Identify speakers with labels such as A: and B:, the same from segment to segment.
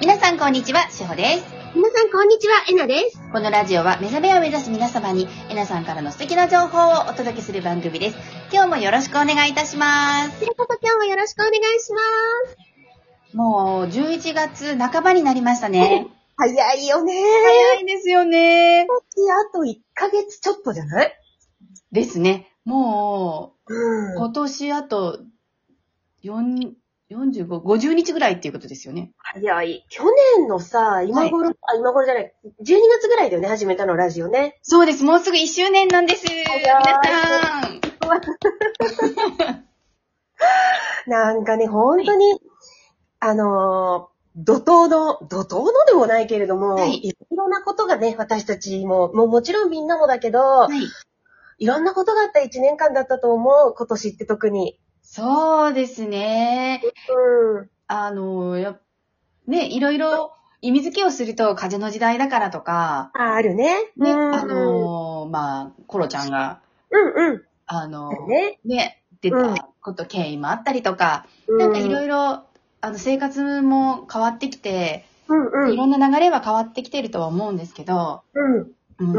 A: 皆さんこんにちは、しほです。
B: 皆さん、こんにちは。えなです。
A: このラジオは目覚めを目指す皆様に、えなさんからの素敵な情報をお届けする番組です。今日もよろしくお願いいたします。
B: ということで今日もよろしくお願いします。
A: もう、11月半ばになりましたね。
B: 早いよね
A: 早いですよね。
B: あと1ヶ月ちょっとじゃない
A: ですね。もう、
B: うん。
A: 今年あと、4、45、50日ぐらいっていうことですよね。
B: 早い。去年のさ、今頃、あ、今頃じゃない。12月ぐらいだよね、始めたの、ラジオね。
A: そうです。もうすぐ1周年なんです。
B: い
A: 皆さん。
B: なんかね、本当に、あのー怒涛の、怒涛のでもないけれども、、
A: はいい
B: ろんなことがね、私たちも、もうもちろんみんなもだけど、
A: はい。
B: い、ろんなことがあった1年間だったと思う、今年って特に。
A: そうですね。
B: うん。
A: あの、やっね、いろいろ意味付けをすると風の時代だからとか、
B: あ、あるね。
A: ね、
B: うん
A: あの、まあ、コロちゃんが、
B: うんうん。
A: あの、
B: ね。
A: ね、出
B: うん
A: たこと、経緯もあったりとか、なんかいろ
B: い
A: いろ、あの、生活も変わってきて、
B: ろ。うんうん。
A: いろんな流れは変わってきてるとは思うんですけど、
B: う
A: う
B: ん。
A: ん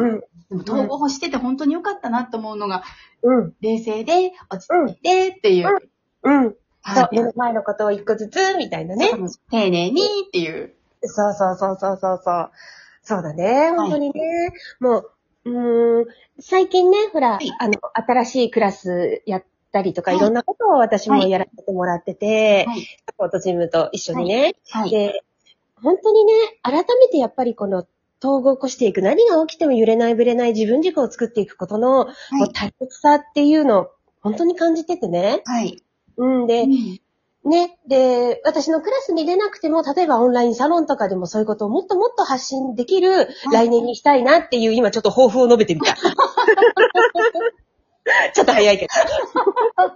B: うん。
A: でも統合してて本当に良かったなと思うのが、
B: うん。
A: 冷静で、落ち着いてっていう、
B: うんうん。そう
A: は、い
B: 目の前のことを一個ずつ、みたいなね。
A: 丁寧にっていう。
B: そうそうそうそうそうそう。そうだね、本当にね。もう、うーん、最近ね、ほら、
A: はい
B: あの、新しいクラスやったりとか、
A: はい
B: い、ろんなことを私も
A: はい
B: やらせてもらってて、
A: はい
B: サポートチームと一緒にね。
A: はい。
B: で、本当にね、改めてやっぱりこの、統合を起こしていく、何が起きても揺れないぶれない自分軸を作っていくことの、もう大切さっていうのを本当に感じててね。
A: はい。
B: うんで、
A: うん
B: ね、で、私のクラスに出なくても、例えばオンラインサロンとかでもそういうことをもっともっと発信できる来年にしたいなっていう、今ちょっと抱負を述べてみ た。ちょっと早いけど。
A: は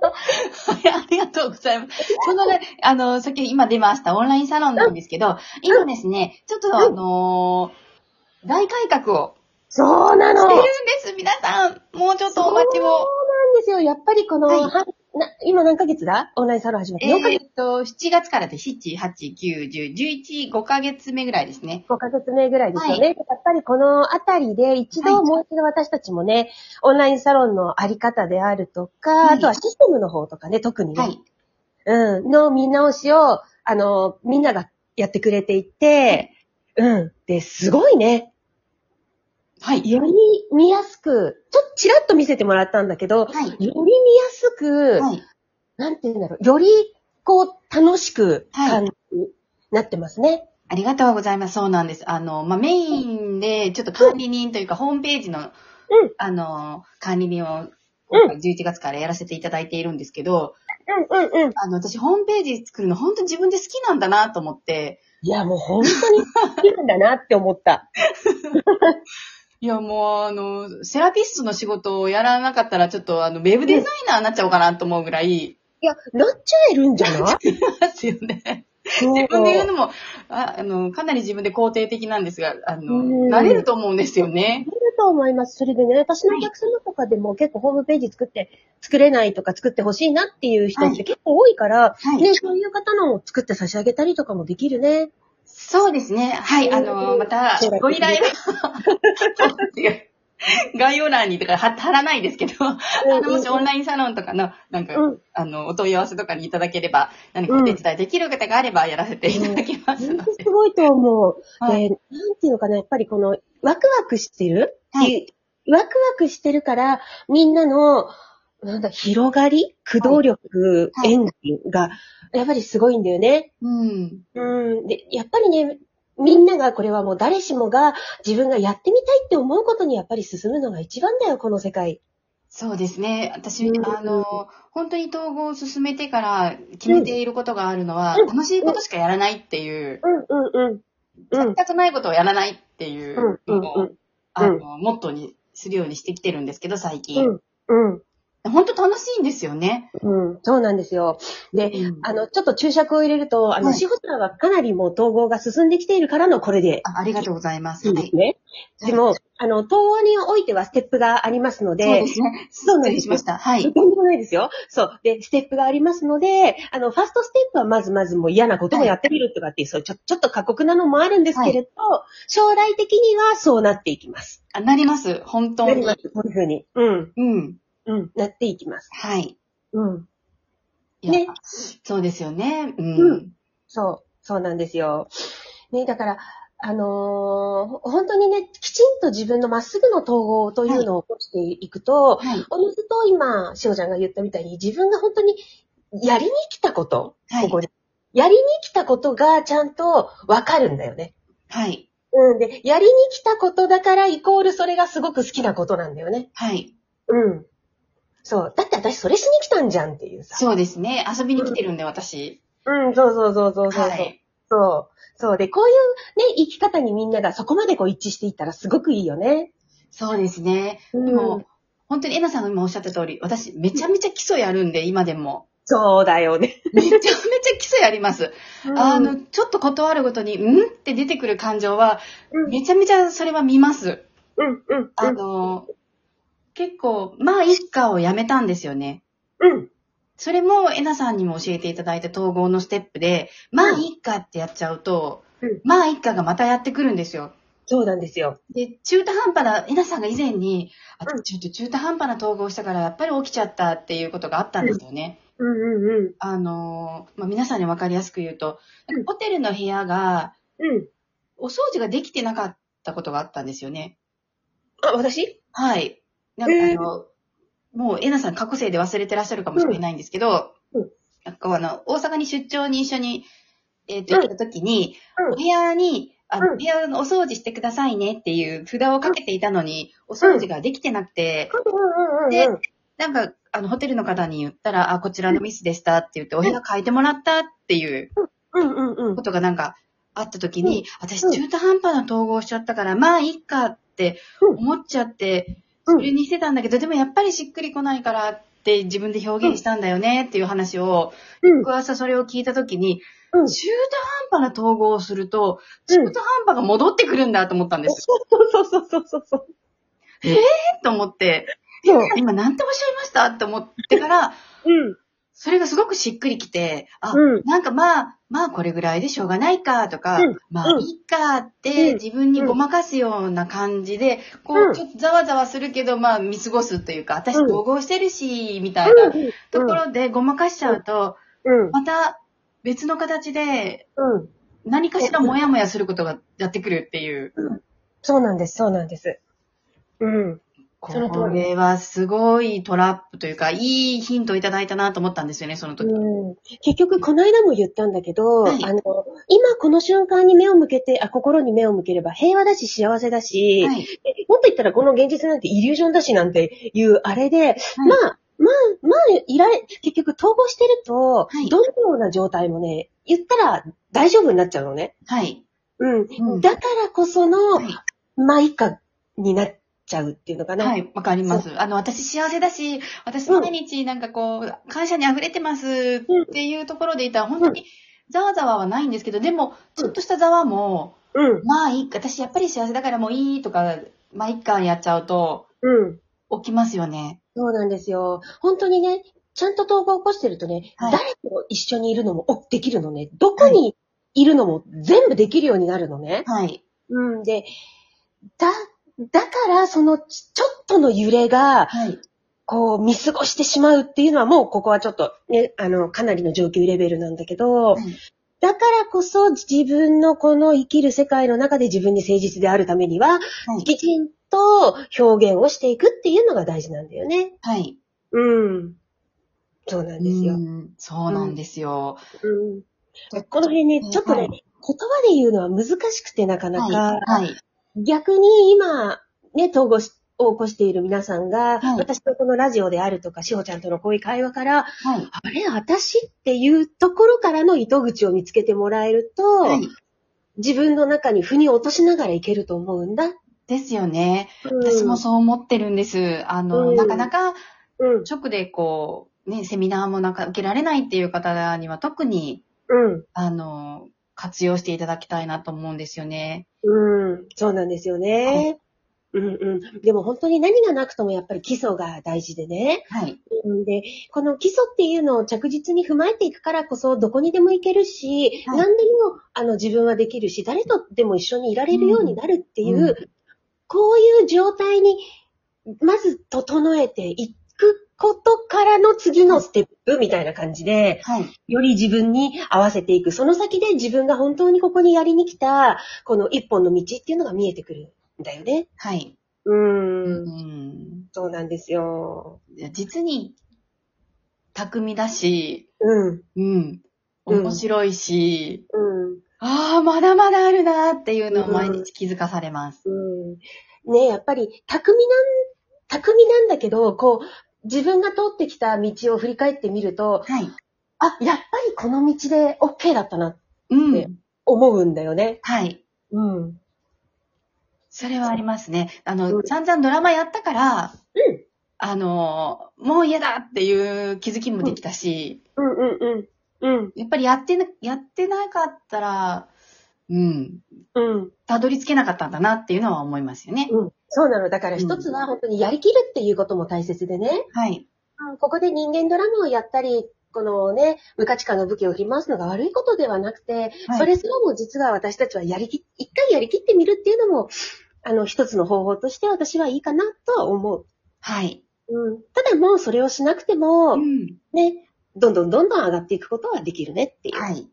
A: い、ありがとうございます。そのね、あの、さっき今出ましたオンラインサロンなんですけど、今ですね、ちょっとあのー大改革を
B: そうな
A: して
B: の
A: るん
B: な
A: で。
B: んです
A: 皆さん、もうちょっとお待ちを。
B: すよ。やっぱりこの、
A: はい
B: はな今何ヶ月だオンラインサロン始めて。
A: え
B: 4ヶ月、
A: ーっと、7月からで7、8、9、10、11、5ヶ月目ぐらいですね。
B: 5ヶ月目ぐらいですよね。やっぱりこのあたりで一度、
A: はい
B: もう一度私たちもね、オンラインサロンのあり方であるとか、
A: はい
B: あとはシステムの方とかね、特にね。
A: はい。
B: うん、の見直しを、あの、みんながやってくれていて、うん。で、すごいね。
A: はい。
B: より見やすく、ちょっとちらっと見せてもらったんだけど、
A: はい。
B: より見やすく、
A: はい。
B: なんて言うんだろう、より、こう、楽しく感じになってますね。
A: ありがとうございます。そうなんです。あの、まあ、メインで、ちょっと管理人というか、ホームページの、
B: うん
A: あの、管理人を、
B: うん
A: 11月からやらせていただいているんですけど、
B: うんうんうん。
A: あの、私、ホームページ作るの本当に自分で好きなんだなと思って、
B: いや、もう本当に好きなんだなって思った。
A: いや、もう、あの、セラピストの仕事をやらなかったら、ちょっと、あの、ウェブデザイナーになっちゃおうかなと思うぐらい、
B: いや、なっちゃえるんじゃ ない
A: ですよね。自分で言うのも、ああの、かなり自分で肯定的なんですが、あの、
B: うん
A: 慣れると思うんですよね。
B: あると思います。それでね、私のお客様とかでも結構ホームページ作って、作れないとか作ってほしいなっていう人って結構多いから、
A: は
B: ね、そういう方のを作って差し上げたりとかもできるね。
A: そうですね。はい。あの、また
B: そうだ、ね
A: ご依頼 が、概要欄に、だから貼貼らないですけど、あの、もしオンラインサロンとかの、なんか、
B: うん
A: あの、お問い合わせとかにいただければ、何かお手伝いできる方があれば、やらせていただきます
B: 本
A: の
B: 当
A: で。
B: すごいと思う。
A: はい
B: でなんていうのかな、やっぱりこの、ワクワクしてる、
A: はい
B: っていうワクワクしてるから、みんなの、なんだ、広がり駆動力、
A: はいはい
B: エンジンが、やっぱりすごいんだよね。
A: うん。
B: うん。で、やっぱりね、みんなが、これはもう誰しもが自分がやってみたいって思うことにやっぱり進むのが一番だよ、この世界。
A: そうですね。私、
B: うん
A: あの、本当に統合を進めてから決めていることがあるのは、
B: うん
A: 楽しいことしかやらないっていう、
B: うんうんうん。う
A: 全
B: ん。
A: くないことをやらないっていううんの
B: うんう
A: を
B: ん。、
A: あの、モットーにするようにしてきてるんですけど、最近。
B: うん。うん。
A: 本当楽しいんですよね。
B: うん、そうなんですよ。で、
A: うん
B: あの、ちょっと注釈を入れると、あの、
A: はい
B: 志保さんはかなりもう統合が進んできているからのこれで
A: あありがとうございます。
B: いい
A: は
B: で
A: い
B: す。ね。
A: はい
B: でも、あの、統合においてはステップがありますの
A: そう
B: で
A: で、すね。
B: そ
A: 失
B: うなん
A: 礼
B: です
A: し
B: よ
A: ました。はい。
B: とんでもないですよ。そう。で、ステップがありますので、あの、ファーストステップはまずまずもう嫌なことをやってみるとかっていう、そう、ちょ、ちょっと過酷なのもあるんですけれど、将来的にはそうなっていきます。
A: あなります。本当
B: なり
A: に
B: ま。す。こういうふうに。うん。
A: うん。
B: うん。なっていきます。
A: はい。
B: うん。
A: いや
B: ね
A: そうですよね。う。
B: うんそう。そうなんですよ。ね、だから、あのーほ本当にね、きちんと自分のまっすぐの統合というのを起こしていくと、
A: はい。
B: おのずと今、しおちゃんが言ったみたいに、自分が本当にやりに来たこと、
A: はい
B: ここに。やりに来たことがちゃんとわかるんだよね。
A: はい。
B: うん。で、やりに来たことだからイコールそれがすごく好きなことなんだよね。
A: はい。
B: うん。そう。だって私それしに来たんじゃんっていうさ。
A: そうですね。遊びに来てるんで、私。
B: うん、そうそうそうそうそうそう、
A: はい。
B: そう。そうで、こういうね、生き方にみんながそこまでこう一致していったらすごくいいよね。
A: そうですね。
B: う
A: でも
B: ん、、
A: 本当にエナさんが今おっしゃった通り、私、めちゃめちゃ基礎やるんで、今でも。
B: そうだよね。
A: めちゃめちゃ基礎やります。あの、ちょっと断るごとに、うんって出てくる感情は、
B: うん、
A: めちゃめちゃそれは見ます。
B: うん、うん、
A: あの、結構、まあ、一家をやめたんですよね。
B: うん、
A: それも、えなさんにも教えていただいた統合のステップで、まあ、一家ってやっちゃうと、
B: うん
A: まあ、一家がまたやってくるんですよ。
B: そうなんですよ。
A: で、中途半端な、えなさんが以前に、あ
B: うん
A: ちょっと中途半端な統合したから、やっぱり起きちゃったっていうことがあったんですよね。
B: うん、うん、うん。
A: あのー、まあ、皆さんにわかりやすく言うと
B: うん、
A: ホテルの部屋が、
B: うん。
A: お掃除ができてなかったことがあったんですよね。
B: あ、私
A: はい。なんかあ
B: えー
A: の、もう、えなさん過去生で忘れてらっしゃるかもしれないんですけど、
B: うんうん
A: なんかあの、大阪に出張に一緒に、えっ、と、
B: う
A: 行
B: ん
A: った時に、
B: うん
A: お部屋に、あの、
B: うん
A: 部屋のお掃除してくださいねっていう札をかけていたのに、お掃除ができてなくて、
B: うん、うん、うん。
A: で
B: うん
A: なんか、あの、ホテルの方に言ったら、あ、こちらのミスでしたって言って、お部屋変えてもらったっていう
B: うん、うん、うん
A: こ。とがなんかあった時に、私
B: うん
A: 中途半端な統合しちゃったから、まあ、いいかって思っちゃって、それにしてたんだけど、でもやっぱりしっくりこないからって自分で表現したんだよねっていう話を、
B: うん、
A: 翌朝それを聞いたときに、
B: うん。
A: 中途半端な統合をすると、中途半端が戻ってくるんだと思ったんです。
B: そうそうそうそうそうそう。
A: えっと思って、
B: そう。
A: 今なんておっしゃいましたって思ってから、
B: うん。
A: それがすごくしっくりきて、あ、
B: うん。
A: なんかまあ、まあこれぐらいでしょうがないかとか、
B: うん
A: まあ
B: うん
A: いいかって
B: うん
A: 自分にごまかすような感じで、こ
B: う
A: う、
B: ん
A: ちょっとざわざわするけど、まあ見過ごすというか、私
B: うん
A: 統合してるし、みたいなところでごまかしちゃうと、
B: うん。
A: また別の形で
B: うん。
A: 何かしらモヤモヤすることがやってくるっていう。
B: そうなんです、そうなんです。うん。
A: こ
B: その通り
A: れはすごいトラップというか、いいヒントをいただいたなと思ったんですよね、その時。
B: うん、結局、この間も言ったんだけど、
A: はい
B: あの、今この瞬間に目を向けて、あ、心に目を向ければ平和だし幸せだし、
A: はい。
B: えもっと言ったらこの現実なんてイリュージョンだしなんていうあれで、まあ、まあ、まあ、いられ、結局統合してると、
A: はい
B: どのような状態もね、言ったら大丈夫になっちゃうのね。
A: はい。
B: うん。
A: うん
B: だからこその、
A: はい
B: まあ、以下になっちゃうっていうのかな。
A: はい、わかります。あの、私幸せだし、私毎日なんかこう、感謝に溢れてますっていうところでいたら、本当にざわざわはないんですけど、でも、ちょっとしたざわも、
B: うん、
A: まあいい、私やっぱり幸せだからもういいとか、まあいっかやっちゃうと、
B: うん。
A: 起きますよね。
B: そうなんですよ。本当にね、ちゃんと統合を起こしてるとね、
A: はい
B: 誰と一緒にいるのもおできるのね。どこにいるのも全部できるようになるのね。
A: はい。
B: うん。で、だ、だから、その、ちちょっとの揺れが、
A: はい。
B: こう、見過ごしてしまうっていうのは、もうここはちょっと、ね、あの、かなりの上級レベルなんだけど、
A: はい
B: だからこそ、自分のこの生きる世界の中で自分に誠実であるためには、
A: はい。
B: きちんと表現をしていくっていうのが大事なんだよね。
A: はい。
B: うん。そうなんですよ
A: う。んそうなんですよ。
B: うん。この辺ね、ちょっとね、
A: はい
B: 言葉で言うのは難しくてなかな
A: はい。
B: か、
A: はい。
B: 逆に今、ね、統合しを起こしている皆さんが、
A: はい
B: 私とこのラジオであるとか、しほちゃんとのこういう会話から、
A: はい。
B: あれ、私っていうところからの糸口を見つけてもらえると、
A: はい。
B: 自分の中に腑に落としながらいけると思うんだ。
A: ですよね。
B: うん
A: 私もそう思ってるんです。あの、
B: うん
A: なかなか
B: うん。
A: 直でこう、ね、セミナーもなんか受けられないっていう方には特に、
B: うん。
A: あの、活用していただきたいなと思うんですよね。
B: うん。そうなんですよね。うんうん。でも本当に何がなくともやっぱり基礎が大事でね。
A: はい。
B: うんで、この基礎っていうのを着実に踏まえていくからこそ、どこにでも行けるし、
A: はい
B: 何でも、あの、自分はできるし、誰とでも一緒にいられるようになるっていう、
A: うん
B: こういう状態に、まず整えていくことからの次のステップみたいな感じで、
A: はい。
B: より自分に合わせていく。その先で自分が本当にここにやりに来た、この一本の道っていうのが見えてくるんだよね。
A: はい。
B: う。
A: うんん。
B: そうなんですよ。
A: 実に、巧みだし、
B: うん。
A: うん。
B: うん
A: 面白いし、
B: うん。
A: ああ、まだまだあるなーっていうのを
B: うん
A: 毎日気づかされます。
B: うんねえやっぱり、巧みなん、巧みなんだけど、こう、自分が通ってきた道を振り返ってみると、
A: はい。
B: あ、やっぱりこの道で OK だったなって
A: う
B: ね
A: ん。
B: 思うんだよね。
A: はい。
B: うん。
A: それはありますね。あ
B: う
A: の、
B: ん
A: 散々ドラマやったから、
B: うん
A: あの、もう嫌だっていう気づきもできたし、
B: うんうんうん。
A: やっぱりやってな、やってなかったら、うん、
B: うん。うん。
A: たどり着けなかったんだなっていうのは思いますよね。
B: うん。そうなの。だから
A: うん
B: 一つは本当にやりきるっていうことも大切でね。
A: はい。
B: うんここで人間ドラマをやったり、このね、無価値観の武器を振り回すのが悪いことではなくて、
A: はい
B: それすらも実は私たちはやりき、一回やりきってみるっていうのも、あの、一つの方法として私はいいかなとは思う。
A: はい。
B: うん。ただもうそれをしなくても、
A: うん。
B: ね、どんどんどんどん上がっていくことはできるねっていう
A: はい。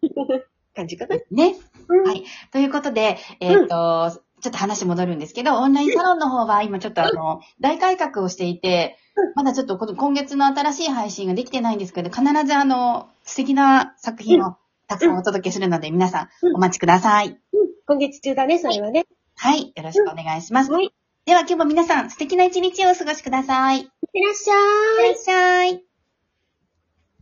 B: 感じかな。
A: ね。
B: うん
A: はいということで、えっ、と、ちょっと話戻るんですけど、オンラインサロンの方は今ちょっとあの、大改革をしていて
B: う、
A: まだちょっとこの今月の新しい配信ができてないんですけど、必ずあの、素敵な作品をたくさんお届けするので、皆さんお待ちください。
B: うん今月中だね、それはね。
A: はい。よろしくお願いします。
B: はい
A: では今日も皆さん素敵な一日をお過ごしください。いっ
B: いってらっしゃーい。
A: てらっしゃい。